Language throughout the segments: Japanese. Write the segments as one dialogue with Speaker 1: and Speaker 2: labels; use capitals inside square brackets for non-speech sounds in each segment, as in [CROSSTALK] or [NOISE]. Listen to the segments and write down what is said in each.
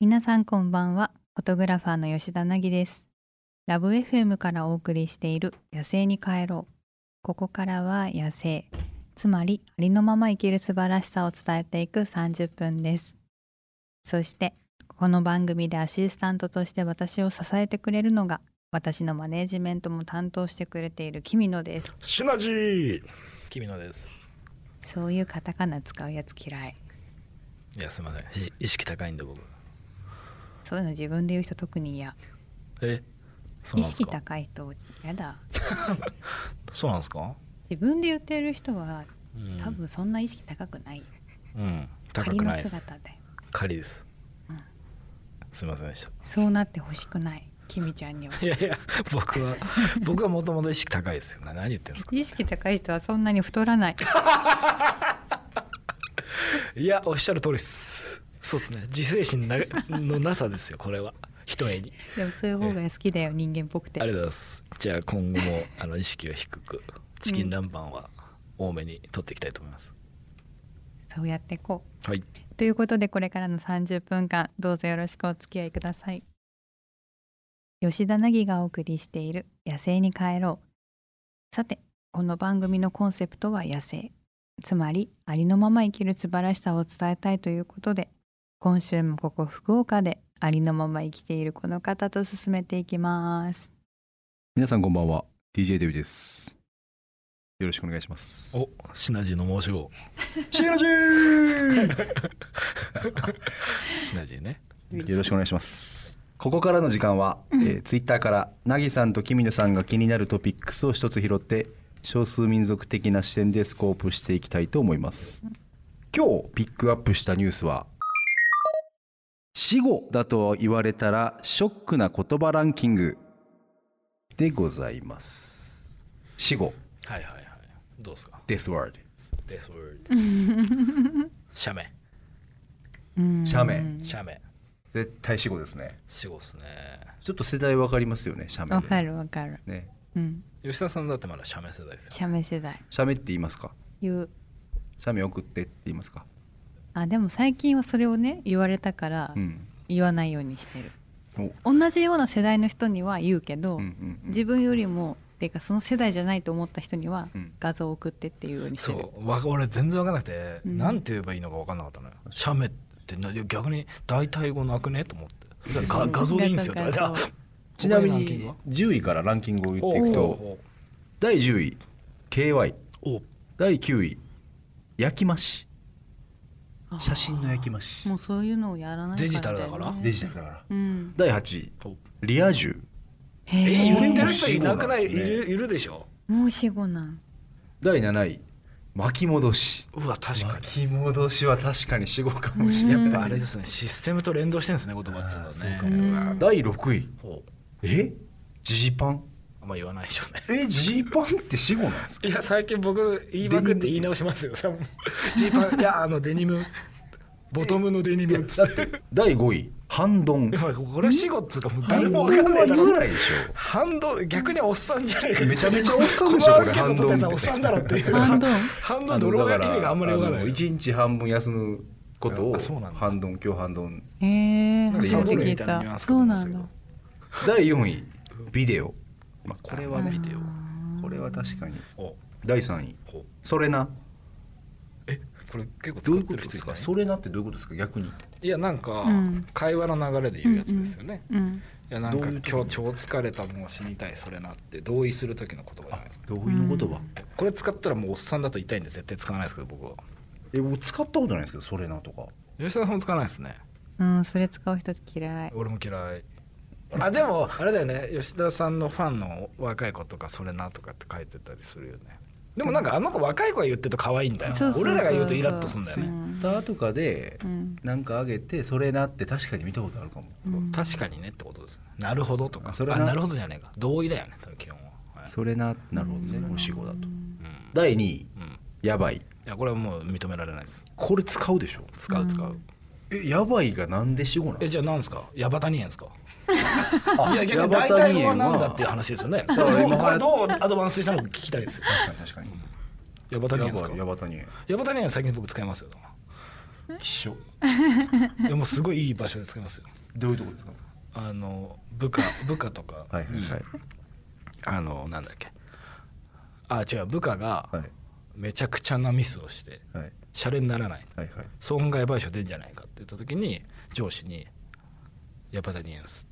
Speaker 1: 皆さんこんばんはフォトグラファーの吉田凪ですラブ FM からお送りしている野生に帰ろうここからは野生つまりありのまま生きる素晴らしさを伝えていく30分ですそしてこの番組でアシスタントとして私を支えてくれるのが私のマネージメントも担当してくれているキミノです
Speaker 2: シナジー
Speaker 3: 君のです
Speaker 1: そういうカタカナ使うやつ嫌い
Speaker 3: いやすいませんい意識高いんで僕
Speaker 1: そういうの自分で言う人特に嫌
Speaker 3: えそう
Speaker 1: 意
Speaker 3: なんです
Speaker 1: 識
Speaker 3: か
Speaker 1: 高い人嫌だ
Speaker 3: そうなんですか、
Speaker 1: 自分で言ってる人は
Speaker 3: うん、
Speaker 1: 多分そんな意識高くない、
Speaker 3: うん高
Speaker 1: 仮
Speaker 3: く
Speaker 1: の
Speaker 3: ないです
Speaker 1: 姿で
Speaker 3: 仮です、
Speaker 1: うん
Speaker 3: すいませんでし
Speaker 1: そうなってほしくないキミちゃん
Speaker 3: [LAUGHS]
Speaker 1: には
Speaker 3: たいやいや僕 [LAUGHS] は僕はもともと意識高いですよな何言ってんですか
Speaker 1: 意識高い人はそんなに太らない
Speaker 3: いやおっしゃる通りですそうですね自制心なのなさですよこれは一重に
Speaker 1: でもそういう方が好きだよ人間っぽくて
Speaker 3: ありがとうございますじゃあ今後もあの意識を低くチキン南蛮は多めに取っていきたいと思います、
Speaker 1: そうやっていこ
Speaker 3: はい、
Speaker 1: うということでこれからの30分間どうぞよろしくお付き合いください吉田凪がお送りしている「野生に帰ろう」さてこの番組のコンセプトは野生つまりありのまま生きる素晴らしさを伝えたいということで今週もここ福岡でありのまま生きているこの方と進めていきます
Speaker 4: 皆さんこんばんは DJ デビですよろしくお願いします
Speaker 3: おシナジーの申し子
Speaker 4: シナジ
Speaker 1: [LAUGHS]
Speaker 4: ーよ
Speaker 3: シナジーね
Speaker 4: ろしくお願いしますここからの時間は、えー、ツイッターからなぎさんときみのさんが気になるトピックスを一つ拾って少数民族的な視点でスコープしていきたいと思います今日ピックアップしたニュースは死後だと言われたらショックな言葉ランキングでございます死後
Speaker 3: はいはいはいどうですか
Speaker 4: This word
Speaker 1: [LAUGHS]
Speaker 3: This word 社名
Speaker 1: うん
Speaker 4: 写メ
Speaker 3: 社名
Speaker 4: 絶対死後ですね
Speaker 3: 死後っすね
Speaker 4: ちょっと世代わかりますよね写メ
Speaker 1: わか
Speaker 4: る
Speaker 1: るわかる
Speaker 4: ね
Speaker 1: うん
Speaker 3: 吉田さんだってまだ社名世代ですよ
Speaker 1: 写メ世代
Speaker 4: 写メって言いますか
Speaker 1: 言う
Speaker 4: 写メ送ってって言いますか
Speaker 1: あでも最近はそれをね言われたから
Speaker 4: うん
Speaker 1: 言わないようにしてる、
Speaker 4: お
Speaker 1: 同じような世代の人には言うけど、
Speaker 4: うんうんうん
Speaker 1: 自分よりもっていうかその世代じゃないと思った人には
Speaker 4: うん
Speaker 1: 画像を送ってっていうようにしてる、
Speaker 3: そうわ俺全然分かんなくて、
Speaker 1: うん
Speaker 3: なんて言えばいいのか分かんなかったのよ社名ってな逆に代替語なくねと思ってだからが画像でいいんですよ
Speaker 1: 画像
Speaker 3: とか [LAUGHS] 言って
Speaker 4: ちなみ
Speaker 3: 他にランキング
Speaker 4: に
Speaker 3: は
Speaker 4: 10位からランキングを言っていく
Speaker 3: お
Speaker 4: と
Speaker 3: う
Speaker 4: 第10位 KY
Speaker 3: おう
Speaker 4: 第9位焼き増し
Speaker 1: あー
Speaker 4: 写真の焼き増し
Speaker 1: もうそういうのをやらないから
Speaker 3: デジタルだから
Speaker 1: よね
Speaker 4: デジタルだから
Speaker 1: うん
Speaker 4: 第8位
Speaker 3: おう
Speaker 4: リア充
Speaker 1: へ
Speaker 3: え
Speaker 1: え
Speaker 3: 言ってる人いなくないい
Speaker 4: 死後なんですね
Speaker 3: るいるでしょ
Speaker 1: もう死後なん
Speaker 4: 第7位巻き戻し
Speaker 3: うわ確か
Speaker 4: 巻き戻しは確かに死後かもし
Speaker 3: にや
Speaker 4: れない
Speaker 3: っぱあれですねシステムと連動してるんですね言葉っていうのは
Speaker 4: そうか
Speaker 3: ね
Speaker 4: もな第6位
Speaker 3: ほ
Speaker 4: えジーパン
Speaker 3: うあんま言わないでしょうね
Speaker 4: えジーパンって死後なんですか
Speaker 3: いや最近僕言いまくって言い直しますよジーパンいやあのデニムボトムのデニムっつ
Speaker 4: だ
Speaker 3: っ
Speaker 4: ってて第5位半ドン
Speaker 3: いやこれは死後っつうかもう誰
Speaker 4: 誰
Speaker 3: も
Speaker 4: も
Speaker 3: 分
Speaker 4: 分
Speaker 3: か
Speaker 4: か
Speaker 3: ん
Speaker 4: ん
Speaker 3: な
Speaker 4: な
Speaker 3: だろう
Speaker 4: いいだろぐらいでし
Speaker 3: 反動逆におっさんじゃない
Speaker 4: ょめちゃめちゃおっさん
Speaker 3: こ
Speaker 4: で
Speaker 3: の
Speaker 4: しょこ
Speaker 3: ア
Speaker 4: [LAUGHS] れ
Speaker 3: ンケー
Speaker 4: 半
Speaker 3: ト
Speaker 4: ド
Speaker 3: 取っや
Speaker 4: ンった
Speaker 3: つはおっさんだろっていう
Speaker 4: て
Speaker 1: 反動
Speaker 3: 反動
Speaker 4: あ
Speaker 3: の
Speaker 4: の
Speaker 3: 老
Speaker 4: だ
Speaker 3: 眼
Speaker 4: か
Speaker 3: 意味があんまり分から
Speaker 4: あ
Speaker 3: な
Speaker 4: の
Speaker 3: い
Speaker 4: 一日半分休むことを
Speaker 3: あそうなんだ
Speaker 4: 半ドン今日半ドン
Speaker 1: へえ
Speaker 3: なんか
Speaker 1: 初
Speaker 3: サ
Speaker 1: め
Speaker 3: ボ
Speaker 1: て
Speaker 3: る
Speaker 1: 聞い
Speaker 3: みたいなニュア
Speaker 1: た
Speaker 3: ンス
Speaker 1: そ
Speaker 3: かと
Speaker 1: う
Speaker 3: 思いま
Speaker 1: な
Speaker 3: す
Speaker 1: ん
Speaker 3: け
Speaker 1: だ
Speaker 3: ど
Speaker 4: 第4位ビデオ、まあ、これは
Speaker 3: あ
Speaker 4: ね
Speaker 3: ビデオ
Speaker 4: これは確かに
Speaker 3: お
Speaker 4: 第3位
Speaker 3: お
Speaker 4: それな
Speaker 3: えこれ結構
Speaker 4: ど
Speaker 3: 使
Speaker 4: うい
Speaker 3: っ
Speaker 4: うこ
Speaker 3: て
Speaker 4: と
Speaker 3: る
Speaker 4: で
Speaker 3: 人い
Speaker 4: す
Speaker 3: な
Speaker 4: か
Speaker 3: い
Speaker 4: それなってどういうことですか逆に
Speaker 3: いやなんか
Speaker 1: うん
Speaker 3: 会話の流れで言うやつですよね
Speaker 1: うん
Speaker 3: いやなんか
Speaker 4: どうい
Speaker 3: 今
Speaker 4: う
Speaker 3: 日
Speaker 4: 時
Speaker 3: 超疲れたもう死にたいそれなって同意する時の言葉じゃないですか
Speaker 4: 同意の言葉、
Speaker 3: これ使ったらもうおっさんだと痛いんで絶対使わないですけど僕は
Speaker 4: え僕使ったことないですけどそれなとか
Speaker 3: 吉田さんも使わないですね
Speaker 1: うんそれ使う人嫌い
Speaker 3: 俺も嫌いあでもあれだよね吉田さんのファンの若い子とかそれなとかって書いてたりするよねでもなんかあの子若い子が言ってると可愛いんだよ
Speaker 1: そうそうそう
Speaker 3: 俺らが言うとイラッとすんだよ
Speaker 4: ツイ
Speaker 3: ね、
Speaker 4: ッターとかで
Speaker 1: うん
Speaker 4: なんかあげてそれなって確かに見たことあるかも
Speaker 1: うん
Speaker 3: 確かにねってことですねなるほどとか
Speaker 4: あ
Speaker 3: そ
Speaker 4: そ
Speaker 3: れ
Speaker 4: れ
Speaker 3: あ
Speaker 4: な
Speaker 3: なるほどじゃねえか同意だよね多分基本は、はい
Speaker 4: それななるほどねこれ死後だと
Speaker 3: うん
Speaker 4: 第2位
Speaker 3: うん、い
Speaker 4: やばい
Speaker 3: やこれはもう認められないです
Speaker 4: これ使うでしょ
Speaker 3: 使う使う、
Speaker 4: えやばいがなんで死後なの
Speaker 3: えじゃあ何ですかヤバタニエンですか
Speaker 4: あ
Speaker 3: いや逆
Speaker 4: ヤ
Speaker 3: に
Speaker 4: バ
Speaker 3: 大
Speaker 4: タニ
Speaker 3: 体
Speaker 4: エン
Speaker 3: は何だっていう話ですよ [LAUGHS] ねこ
Speaker 4: から
Speaker 3: れどう
Speaker 4: 今
Speaker 3: これどうアドバンスしたのか聞きたいですよ
Speaker 4: 確かに確かに
Speaker 3: ヤバタニエンですか
Speaker 4: ヤバタニエン
Speaker 3: ヤバタニエン最近僕使いますよ希少でもすごいいい場所で使いますよ
Speaker 4: どういうところですか
Speaker 3: あの部下部下とか、
Speaker 4: はいはいはい
Speaker 3: あのなんだっけあ違う部下が
Speaker 4: はい
Speaker 3: めちゃくちゃなミスをして
Speaker 4: はい
Speaker 3: シャレにならない
Speaker 4: はいはい
Speaker 3: 損害賠償出んじゃないかって言った時に上司に「やばだにえんす」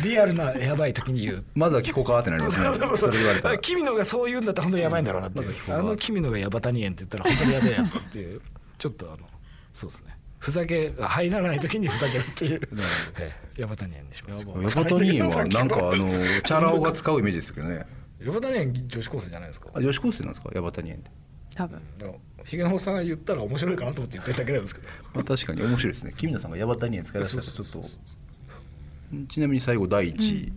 Speaker 3: って [LAUGHS] リアルなやばい時に言う。
Speaker 4: まずは聞こうかってなりますねそれ言われたら
Speaker 3: 君のがそう言うんだったら本当にやばいんだろうなっていう、
Speaker 4: うん
Speaker 3: あの君のがヤバタニエンって言ったら本当にやばいやつっていうちょっとあのそうですねふざけが入らない時にふざけるって
Speaker 4: [LAUGHS]
Speaker 3: いうええヤバタニエンにします
Speaker 4: ヤバタニーンはな
Speaker 3: [LAUGHS]
Speaker 4: んかあのチャラ男が使うイメージですけどね
Speaker 3: ヤバタニエン女子高生じゃないですか
Speaker 4: あ女子高生なんですかヤバタニーンって
Speaker 1: 多分
Speaker 3: だからひげのおっさんが言ったら面白いかなと思って言ってるだけなんですけど
Speaker 4: まあ確かに面白いですね君野さんがヤバタニーン使い出したらちょっとうんちなみに最後第一位、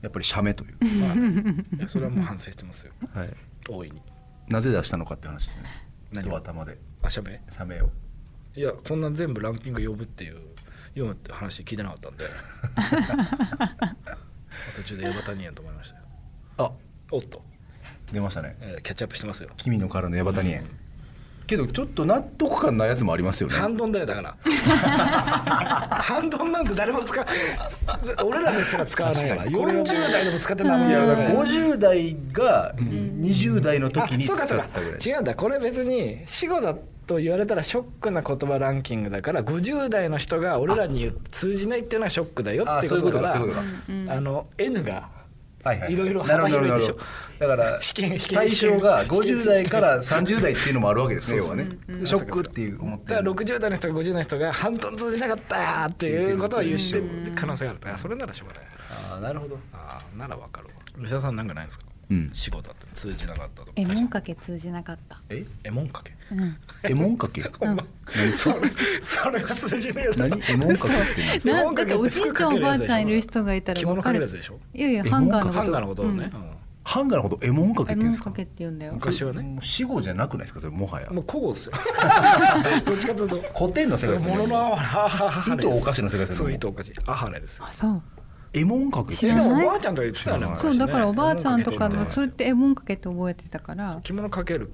Speaker 4: やっぱりシャメという、
Speaker 3: まあねいやそれはもう反省してますよ
Speaker 4: はい、
Speaker 3: 大いに
Speaker 4: なぜ出したのかって話ですね
Speaker 3: 何
Speaker 4: と頭で
Speaker 3: あしゃべ
Speaker 4: シャメを
Speaker 3: いやこんな全部ランキング呼ぶっていう読むって話聞いてなかった
Speaker 4: [LAUGHS]
Speaker 3: んで途中でヤバタニエンと思いましたよ
Speaker 4: あ
Speaker 3: おっと、
Speaker 4: 出ましたね
Speaker 3: えーキャッチアップしてますよ
Speaker 4: 君のからのヤバタニーン、けどちょっと納得感ないやつもありますよね
Speaker 3: ハンドンだよだ
Speaker 4: [LAUGHS]
Speaker 3: からハンドンなんて誰も使わ俺らですら使わないから
Speaker 4: 確かに
Speaker 3: 40代でも使ってない
Speaker 4: い
Speaker 3: ん
Speaker 4: や
Speaker 3: だ
Speaker 4: だ
Speaker 3: よ
Speaker 4: から50代が20代の時に使ったぐらい
Speaker 3: あそうかそうか違うんだこれ別に死後だと言われたらショックな言葉ランキングだから50代の人が俺らに言う通じないっていうのはショックだよ
Speaker 4: あ
Speaker 3: ってい
Speaker 4: そう
Speaker 3: う
Speaker 4: いうこ
Speaker 3: ことと
Speaker 4: か
Speaker 3: だか
Speaker 4: そういう
Speaker 3: ら
Speaker 4: ことか、
Speaker 1: うん
Speaker 3: あの N が
Speaker 4: はいはい
Speaker 3: いろいろ
Speaker 4: なるほ
Speaker 3: 幅
Speaker 4: ど
Speaker 3: 広いでし
Speaker 4: な
Speaker 3: ょ
Speaker 4: るほどだ [LAUGHS] から
Speaker 3: 試験試験
Speaker 4: 対象が
Speaker 3: 試験
Speaker 4: 50代から30代っていうのもあるわけですね要はね
Speaker 3: うんうん
Speaker 4: ショックっていう思って
Speaker 3: だから60代の人が50代の人が半分通じなかったっていうことを言ってる可能性があるからそれならしょうがない
Speaker 4: ああなるほど
Speaker 3: ああならわかるわ吉田さんなんかないですか、
Speaker 4: うん
Speaker 3: 仕事だって通じなかったとか
Speaker 1: えもんかけ通じなかった、
Speaker 4: え
Speaker 3: えもんかけ
Speaker 1: [LAUGHS] うん、
Speaker 4: えもんかけ
Speaker 1: ん
Speaker 4: 何
Speaker 1: [LAUGHS]
Speaker 4: それ
Speaker 3: それが通じねえよ
Speaker 4: 何えもんかけって何
Speaker 3: そう
Speaker 1: なだっておじいちゃんおばあちゃんいる人がいたら
Speaker 3: 着
Speaker 1: 分
Speaker 3: 物
Speaker 1: か
Speaker 3: かけ
Speaker 1: る
Speaker 3: るやつでしょ
Speaker 1: いやいや
Speaker 4: え
Speaker 1: ハンガーのこと
Speaker 3: ハンガーのことをね、
Speaker 4: ハンガーのことえもんかけ
Speaker 1: え
Speaker 4: って言う
Speaker 1: もん
Speaker 4: んです
Speaker 1: か
Speaker 4: か
Speaker 1: けって言うんだよ
Speaker 3: 昔はね
Speaker 4: もう死語じゃなくないですかそれもはや
Speaker 3: もう古語ですよどっちかというと
Speaker 4: 古典の世界ですね
Speaker 3: 物のあははは
Speaker 4: 糸おかしの世界ですね
Speaker 3: そう糸おかしあはれですよ
Speaker 1: あそう
Speaker 4: えもんかけっ
Speaker 1: 知
Speaker 4: て
Speaker 3: で
Speaker 1: らない
Speaker 3: もおばあちゃんとか言ってたよね昔ね
Speaker 1: そうだからおばあちゃんとか
Speaker 3: 絵も
Speaker 1: が
Speaker 3: かけ
Speaker 1: それってえもんかけって覚えてたか
Speaker 3: そう
Speaker 1: ら
Speaker 3: 着物かける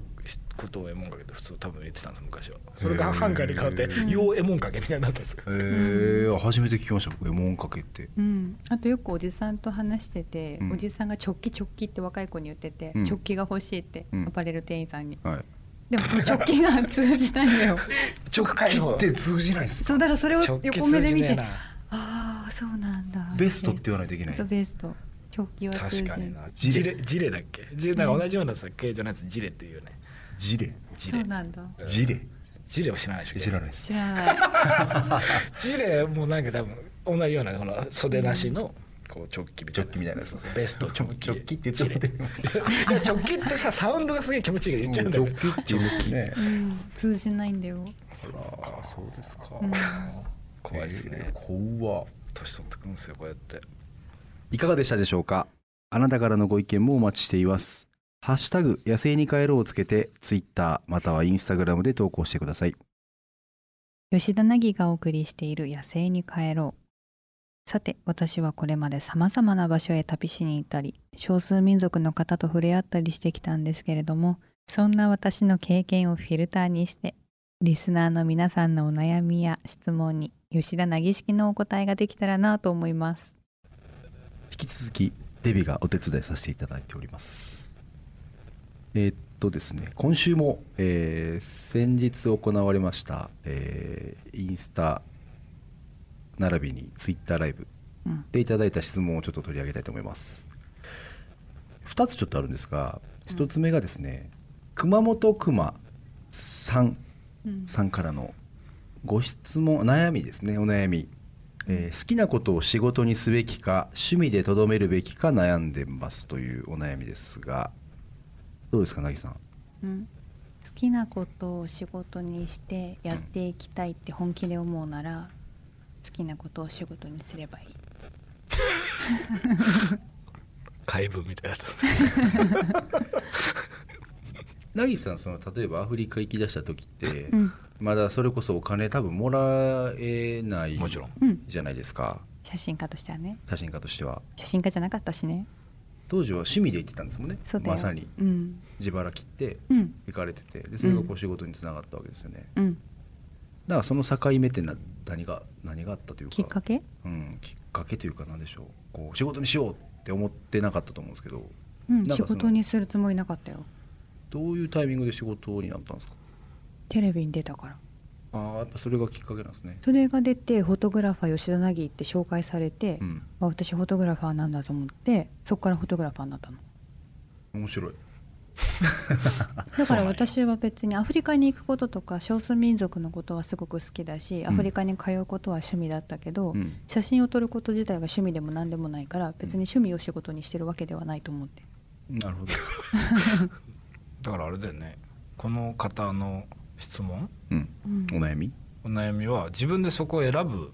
Speaker 3: ことをえもんかけって普通多分言ってたんです昔はそれがハンガーに変わってようえもんかけみたいになったんですよ
Speaker 4: へえ初めて聞きました僕えもんかけって
Speaker 1: うん、あとよくおじさんと話してて、
Speaker 4: うん
Speaker 1: おじさんが「チョッキチョッキ」って若い子に言ってて、
Speaker 4: うん
Speaker 1: チョッキが欲しいって、
Speaker 4: うん
Speaker 1: アパレル店員さんに
Speaker 4: はい
Speaker 1: でもそのチョッキが通じないんだよ
Speaker 4: 直帰って通じないです
Speaker 1: そうだからそれを横目で見て
Speaker 3: 直結通じね
Speaker 1: ああそうなんだ
Speaker 4: ベストって言わないといけない
Speaker 1: そうベストチョッキは
Speaker 3: えな
Speaker 1: 通じ
Speaker 3: 確
Speaker 1: な
Speaker 3: かに
Speaker 1: い
Speaker 3: な
Speaker 4: ジ
Speaker 3: ジ
Speaker 4: レ
Speaker 3: レジレだっけジレなんか同じようなさ形状のやつジレっていうよね
Speaker 4: ジレ
Speaker 3: ジ
Speaker 1: そ
Speaker 3: レ
Speaker 1: うなんだ
Speaker 4: ジレ
Speaker 3: ジレは知らないでしょ
Speaker 4: 知らないです
Speaker 1: 知らない
Speaker 3: ジレもなんか多分同じようなこの袖なしのこう直帰みたいな
Speaker 4: 直帰みたいなやつ
Speaker 3: そうそうベスト直帰
Speaker 4: 直帰って言っちゃってる
Speaker 3: いや直帰ってさサウンドがすげえ気持ちいいから言っちゃうんだよね
Speaker 4: 直帰って言うんですね
Speaker 1: うん通じないんだよ
Speaker 3: そう
Speaker 4: ああそうですか
Speaker 1: うん
Speaker 3: 怖いです
Speaker 4: え
Speaker 3: ね
Speaker 4: ー怖っ
Speaker 3: 年取ってくんですよこうやって
Speaker 4: いかがでしたでしょうかあなたからのご意見もお待ちしています。ハッシュタグ野生に帰ろうをつけて、ツイッターまたはインスタグラムで投稿してください。
Speaker 1: 吉田凪がお送りしている野生に帰ろうさて私はこれまで様々な場所へ旅しに行ったり少数民族の方と触れ合ったりしてきたんですけれどもそんな私の経験をフィルターにしてリスナーの皆さんのお悩みや質問に吉田凪式のお答えができたらなと思います
Speaker 4: 引き続き、デビがお手伝いさせていただいております。えーっとですね、今週も、えー先日行われました、えーインスタ並びにツイッターライブ
Speaker 1: うん
Speaker 4: でいただいた質問をちょっと取り上げたいと思います。2つちょっとあるんですが、1つ目がですね、熊本熊さん
Speaker 1: うん
Speaker 4: さんからのご質問悩みですねお悩み、えー好きなことを仕事にすべきか趣味でとどめるべきか悩んでますというお悩みですがどうですかなぎさん
Speaker 1: うん好きなことを仕事にしてやっていきたいって本気で思うなら好きなことを仕事にすればいい
Speaker 3: 怪文みたいだった
Speaker 4: なぎさんその例えばアフリカ行き出した時って、
Speaker 1: うん
Speaker 4: まだそれこそお金多分もらえない
Speaker 3: もちろん
Speaker 1: うん
Speaker 4: じゃないですか
Speaker 1: 写真家としてはね
Speaker 4: 写真家としては
Speaker 1: 写真家じゃなかったしね
Speaker 4: 当時は趣味で行ってたんですもんね
Speaker 1: そうだよ
Speaker 4: まさに
Speaker 1: うん
Speaker 4: 自腹切って
Speaker 1: うん
Speaker 4: 行かれててでそれがこう仕事につながったわけですよね、
Speaker 1: うん
Speaker 4: だからその境目ってな何が何があったというか
Speaker 1: きっかけ
Speaker 4: うん、きっかけというか何でしょうこう仕事にしようって思ってなかったと思うんですけど
Speaker 1: うん
Speaker 4: なんか
Speaker 1: 仕
Speaker 4: その
Speaker 1: 事にするつもりなかったよ
Speaker 4: どういうタイミングで仕事になったんですか
Speaker 1: テレビに出たから
Speaker 4: ああやっぱそれがきっかけなんですね
Speaker 1: それが出てフォトグラファー吉田凪って紹介されて、
Speaker 4: うん
Speaker 1: あ私フォトグラファーなんだと思ってそこからフォトグラファーになったの
Speaker 4: 面白い
Speaker 1: だ
Speaker 3: そ
Speaker 1: か
Speaker 3: うな
Speaker 1: ら
Speaker 3: んや
Speaker 1: 私は別にアフリカに行くこととか少数民族のことはすごく好きだしアフリカに通うことは趣味だったけど、
Speaker 4: うん
Speaker 1: 写真を撮ること自体は趣味でも何でもないから別に趣味を仕事にしてるわけではないと思って、
Speaker 4: なるほど、
Speaker 3: だからあれだよねこの方の質問
Speaker 4: うん、お悩み
Speaker 3: お悩みは自分でそこを選ぶ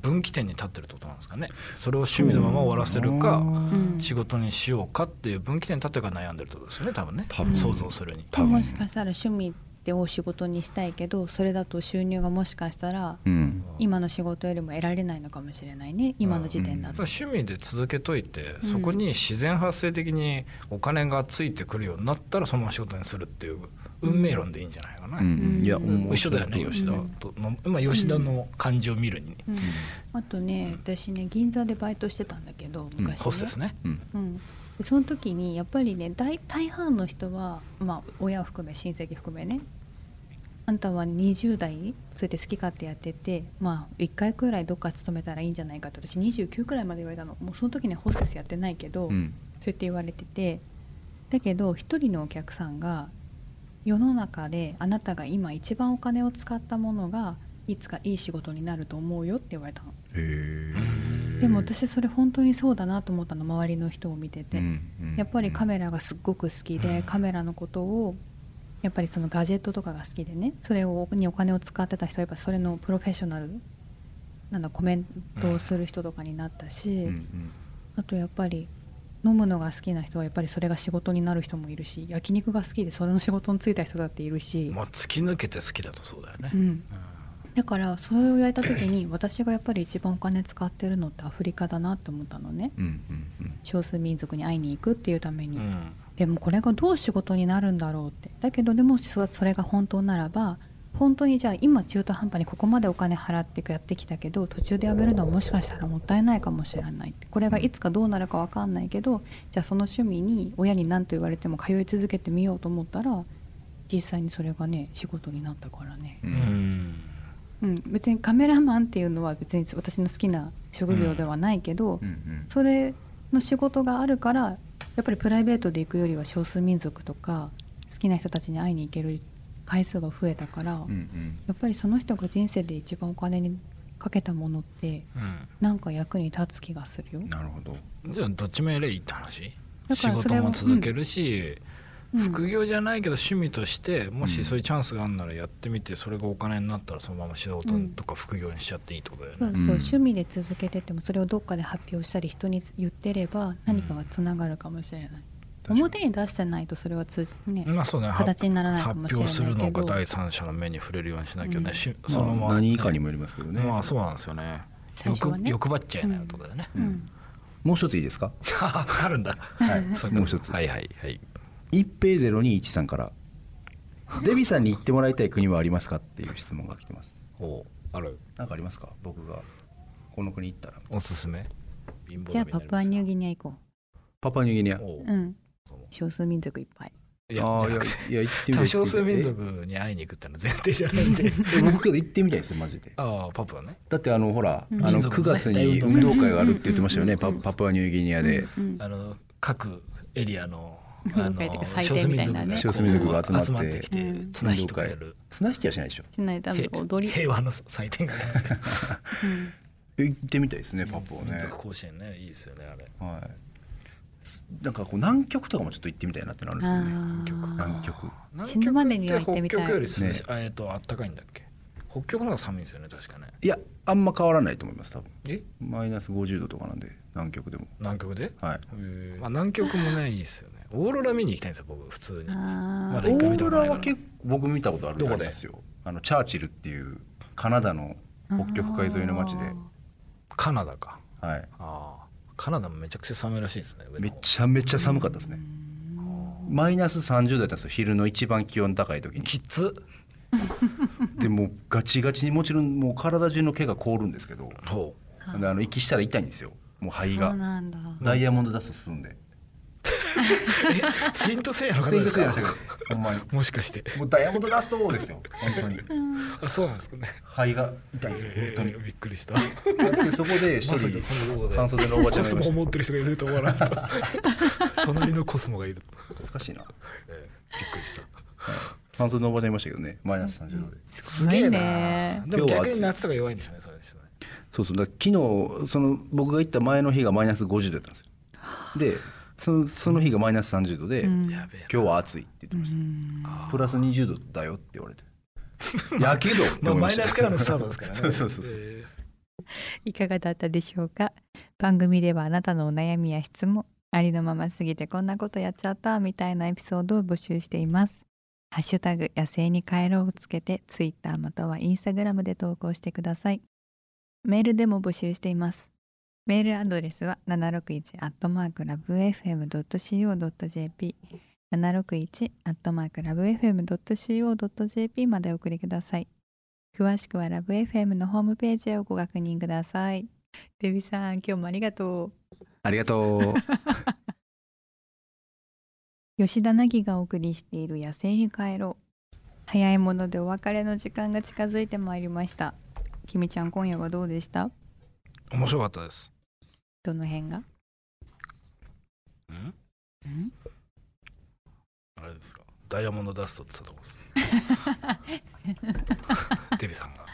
Speaker 3: 分岐点に立ってるってことなんですかねそれを趣味のまま終わらせる
Speaker 4: あ
Speaker 3: か
Speaker 4: ー
Speaker 1: うん
Speaker 3: 仕事にしようかっていう分岐点に立ってるから悩んでるってことですよね多分ね
Speaker 4: 多分
Speaker 3: 想像するに
Speaker 4: 多分
Speaker 1: もしかしたら趣味を仕事にしたいけどそれだと収入がもしかしたら
Speaker 4: うん
Speaker 1: 今の仕事よりも得られないのかもしれないね今の時点だ
Speaker 3: た
Speaker 1: と、
Speaker 3: だ趣味で続けといて
Speaker 1: うん
Speaker 3: そこに自然発生的にお金がついてくるようになったらそのまま仕事にするっていう運命論でいいんじゃないかな、
Speaker 4: うんいや
Speaker 1: うん
Speaker 4: 思う
Speaker 3: 一緒だよね
Speaker 4: うん
Speaker 3: 吉田との、まあ、吉田の感じを見るに、
Speaker 1: うんあとね私ね銀座でバイトしてたんだけど
Speaker 4: ん
Speaker 1: 昔ね,、
Speaker 3: ホスですね
Speaker 4: うん
Speaker 1: うん、でその時にやっぱりね大大半の人は、まあ、親を含め親戚含めねあんたは20代それで好き勝手やっててまあ1回くらいどっか勤めたらいいんじゃないかって私29くらいまで言われたのもうその時ねホステスやってないけど、
Speaker 4: うん
Speaker 1: そうやって言われててだけど一人のお客さんが世の中であなたが今一番お金を使ったものがいつかいい仕事になると思うよって言われたの
Speaker 4: へえ
Speaker 1: でも私それ本当にそうだなと思ったの周りの人を見てて、やっぱりカメラがすっごく好きで、カメラのことをやっぱりそのガジェットとかが好きでねそれをにお金を使ってた人はやっぱそれのプロフェッショナルなんだコメントをする人とかになったし、あとやっぱり飲むのが好きな人はやっぱりそれが仕事になる人もいるし焼肉が好きでそれの仕事に就いた人だっているし、
Speaker 3: まあ、突き抜けて好きだとそうだよね、
Speaker 1: うん、
Speaker 3: うん
Speaker 1: だからそれをやった時に私がやっぱり一番お金使ってるのってアフリカだなって思ったのね少数民族に会いに行くっていうために、
Speaker 3: うん
Speaker 1: でもこれがどう仕事になるんだろうってだけどでもそそれが本当ならば本当にじゃあ今中途半端にここまでお金払ってやってきたけど途中でやめるのはもしかしたらもったいないかもしれないってこれがいつかどうなるかわかんないけどじゃあその趣味に親に何と言われても通い続けてみようと思ったら実際にそれがね仕事になったからね、
Speaker 3: うん
Speaker 1: うん、別にカメラマンっていうのは別に私の好きな職業ではないけど、それの仕事があるからやっぱりプライベートで行くよりは少数民族とか好きな人たちに会いに行ける回数が増えたから、やっぱりその人が人生で一番お金にかけたものってなんか役に立つ気がするよ。
Speaker 4: なるほど
Speaker 3: うんじゃあどっちもやればいいって話
Speaker 1: だ
Speaker 3: 仕
Speaker 1: からそ
Speaker 3: 事
Speaker 1: れは
Speaker 3: も続けるし、
Speaker 1: うん
Speaker 3: 副業じゃないけど趣味としても
Speaker 4: う
Speaker 3: し
Speaker 4: ん
Speaker 3: そういうチャンスがあるならやってみてそれがお金になったらそのまま仕事とか副業にしちゃっていいってことだよ
Speaker 1: そうそう
Speaker 3: ね、
Speaker 1: 趣味で続けててもそれをどっかで発表したり人に言ってれば何かがつながるかもしれない、
Speaker 4: かに
Speaker 1: 表に出してないとそれは通じね、
Speaker 3: まあそうねは
Speaker 1: 形にならないかもしれない
Speaker 3: 発表するの
Speaker 1: け
Speaker 3: が
Speaker 1: ど
Speaker 3: 第三者の目に触れるようにしなきゃね、
Speaker 1: うん
Speaker 3: しそ
Speaker 4: そ
Speaker 3: のま
Speaker 4: の
Speaker 3: ま、
Speaker 4: 何以下にもよりますけどね
Speaker 3: まあそうなんですよね
Speaker 1: 最初は
Speaker 3: 欲
Speaker 1: ね
Speaker 3: 欲張っちゃいないことだよね、
Speaker 1: うん
Speaker 4: もう一ついいですか
Speaker 3: [LAUGHS] あるんだ
Speaker 4: はい
Speaker 3: そ
Speaker 4: もう一つ
Speaker 3: はいはいはい
Speaker 4: 一平ゼロ二一さんからデビさんに行ってもらいたい国はありますかっていう質問が来てます
Speaker 3: おある
Speaker 4: なんかありますか僕がこの国行ったら
Speaker 3: おすすめ貧乏
Speaker 1: じゃあパプアニューギニア行こ
Speaker 4: パパニューギニア
Speaker 3: アお
Speaker 1: う、うん、少数民族いっぱい
Speaker 3: いや
Speaker 4: あ
Speaker 3: じ
Speaker 4: ー
Speaker 3: ゃ
Speaker 4: い
Speaker 3: なくて
Speaker 4: やいや行ってみたい
Speaker 3: 多少数民族に会いに行くってのは前提じゃない
Speaker 1: [LAUGHS]
Speaker 3: んで
Speaker 4: え僕けど行ってみたいですよマジで
Speaker 3: ああパプはね
Speaker 4: だってあのほら、
Speaker 1: うん
Speaker 4: あの
Speaker 3: 民族の
Speaker 4: 9
Speaker 3: ね
Speaker 4: 月に運動会があるって言ってましたよね、パパプアニューギニアで、
Speaker 1: うん
Speaker 3: あの各エリアのあ
Speaker 1: 運動会というか祭典みたいなね
Speaker 3: 少
Speaker 4: 少
Speaker 3: 数
Speaker 4: 数
Speaker 3: 民
Speaker 4: 民
Speaker 3: 族
Speaker 4: 族
Speaker 3: が
Speaker 4: が
Speaker 3: こ
Speaker 4: 集
Speaker 3: う
Speaker 4: ま
Speaker 3: 集ま
Speaker 4: っ
Speaker 3: って
Speaker 4: て
Speaker 3: きて
Speaker 1: うん
Speaker 3: 綱引きとかやる
Speaker 4: 綱引きはしないでしょ
Speaker 1: しないと多分踊り、
Speaker 3: 平和の祭典がありますけ
Speaker 4: [LAUGHS]
Speaker 3: ど
Speaker 1: うん
Speaker 4: え行ってみたいですねパプを
Speaker 3: 民
Speaker 4: ね
Speaker 3: 族甲子園ねいいですよねあれ
Speaker 4: はいすなんかこう南極とかもちょっと行ってみたいなってのあるんですけどね
Speaker 1: あー
Speaker 4: 南極
Speaker 1: 死ぬまでには行ってみたい
Speaker 3: 南極って北極より涼しい
Speaker 4: ね
Speaker 3: あえっとあったかいんだっけ北極の方が寒いんですよね確かね
Speaker 4: いやあんま変わらないと思います多分
Speaker 3: え
Speaker 4: マイナス50度とかなんで南極でも
Speaker 3: 南極で
Speaker 4: はい
Speaker 3: まあ南極もねいいですよねオーロラ見に行きたいんですよ僕普通に
Speaker 1: あ
Speaker 3: ま
Speaker 4: オ
Speaker 3: だ一回見
Speaker 4: ー
Speaker 3: たこと
Speaker 4: ロ
Speaker 3: な
Speaker 4: ラ
Speaker 3: いから
Speaker 4: は結構僕見たことあるん
Speaker 3: ど
Speaker 4: で
Speaker 3: こ
Speaker 4: あ
Speaker 3: で
Speaker 4: りますよあのチャーチルっていうカナダの北極海沿いの町
Speaker 1: あ
Speaker 4: で
Speaker 1: ー
Speaker 3: カナダか
Speaker 4: はい
Speaker 3: ああカナダもめちゃくちゃ寒いらしいですね上の
Speaker 4: め
Speaker 3: 方
Speaker 4: ちゃめちゃ寒かったですねマイナス30度だったんですよ昼の一番気温高い時に
Speaker 3: きつ
Speaker 4: でもうガチガチにもちろんもう体中の毛が凍るんですけど
Speaker 3: ほ
Speaker 4: あの息したら痛いんですよもう肺
Speaker 1: そう
Speaker 4: が
Speaker 1: なんだ。
Speaker 4: ダイヤモンドダスト進んで
Speaker 3: う。セイントセイヤの方
Speaker 4: 水
Speaker 3: で
Speaker 4: ですすよ
Speaker 3: か。
Speaker 4: ほんまに
Speaker 3: もしかして。
Speaker 4: もうダイヤモンドダストですよ本当に
Speaker 3: あ、そうなんですかね。
Speaker 4: 肺が痛いですよ本当に
Speaker 3: えーびっくりした。
Speaker 4: なんですけどそこで一
Speaker 3: まさ
Speaker 4: 人
Speaker 3: かこのロゴで
Speaker 4: 半袖のおばち
Speaker 3: コ
Speaker 4: ゃんが
Speaker 3: ス
Speaker 4: い
Speaker 3: モ
Speaker 4: ま
Speaker 3: を
Speaker 4: し
Speaker 3: 持ってる人がいると思わなかった。隣のコスモがいる。
Speaker 4: た懐かしいな
Speaker 3: えーびっくりした。
Speaker 4: 半袖のおばちゃんいましたけどねマイナス30度で
Speaker 1: すごいね。
Speaker 3: でも
Speaker 4: 今日は
Speaker 3: 逆
Speaker 4: 暑い
Speaker 3: に夏とか弱いんですよね、それですよね。
Speaker 4: そうそうだから昨日その僕が行った前の日がマイナス50度だったんですよでそのその日がマイナス30度で、
Speaker 1: うん
Speaker 3: やべえな。
Speaker 4: 今日は暑いって言ってました、プラス20度だよって言われ
Speaker 3: [LAUGHS]
Speaker 4: てやけどって
Speaker 3: まあ、
Speaker 4: 思い
Speaker 3: マ
Speaker 4: ま
Speaker 3: イ
Speaker 4: した
Speaker 3: ナスからのスタートですからね。
Speaker 4: [LAUGHS] そうそうそうそう、
Speaker 3: え
Speaker 1: いかがだったでしょうか番組ではあなたのお悩みや質問ありのまますぎてこんなことやっちゃったみたいなエピソードを募集していますハッシュタグ野生に帰ろうをつけてツイッターまたはインスタグラムで投稿してくださいメールでも募集していますメールアドレスは761アットマークラブ FM.co.jp 761アットマークラブ FM.co.jp までお送りください詳しくはラブ FM のホームページをご確認ください。デビさん、今日もありがと
Speaker 4: ありがとう
Speaker 1: う。吉田凪がお送りしている野生に帰ろう。早いものでお別れの時間が近づいてまいりました。きみちゃん、今夜はどうでした
Speaker 3: ー面白かったです。
Speaker 1: どの辺が
Speaker 3: ん
Speaker 1: ん
Speaker 3: あれですか。ダイヤモンドダストって言ったとこ
Speaker 1: [LAUGHS]
Speaker 3: です。デビさんが。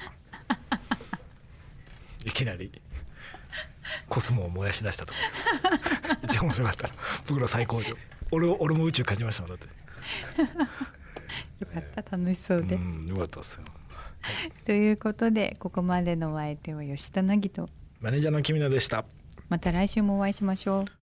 Speaker 3: いきなり。コスモを燃やし出したとこです。
Speaker 1: [LAUGHS]
Speaker 3: 一番面白かった。僕の最高上。俺を、俺も宇宙感じましたもんだって。
Speaker 1: よかった、楽しそうで。
Speaker 3: うん、よかったですよ。
Speaker 1: ということで、ここまでのお相手は吉田凪と、
Speaker 3: マネージャーの君野でした。
Speaker 1: また来週もお会いしましょう。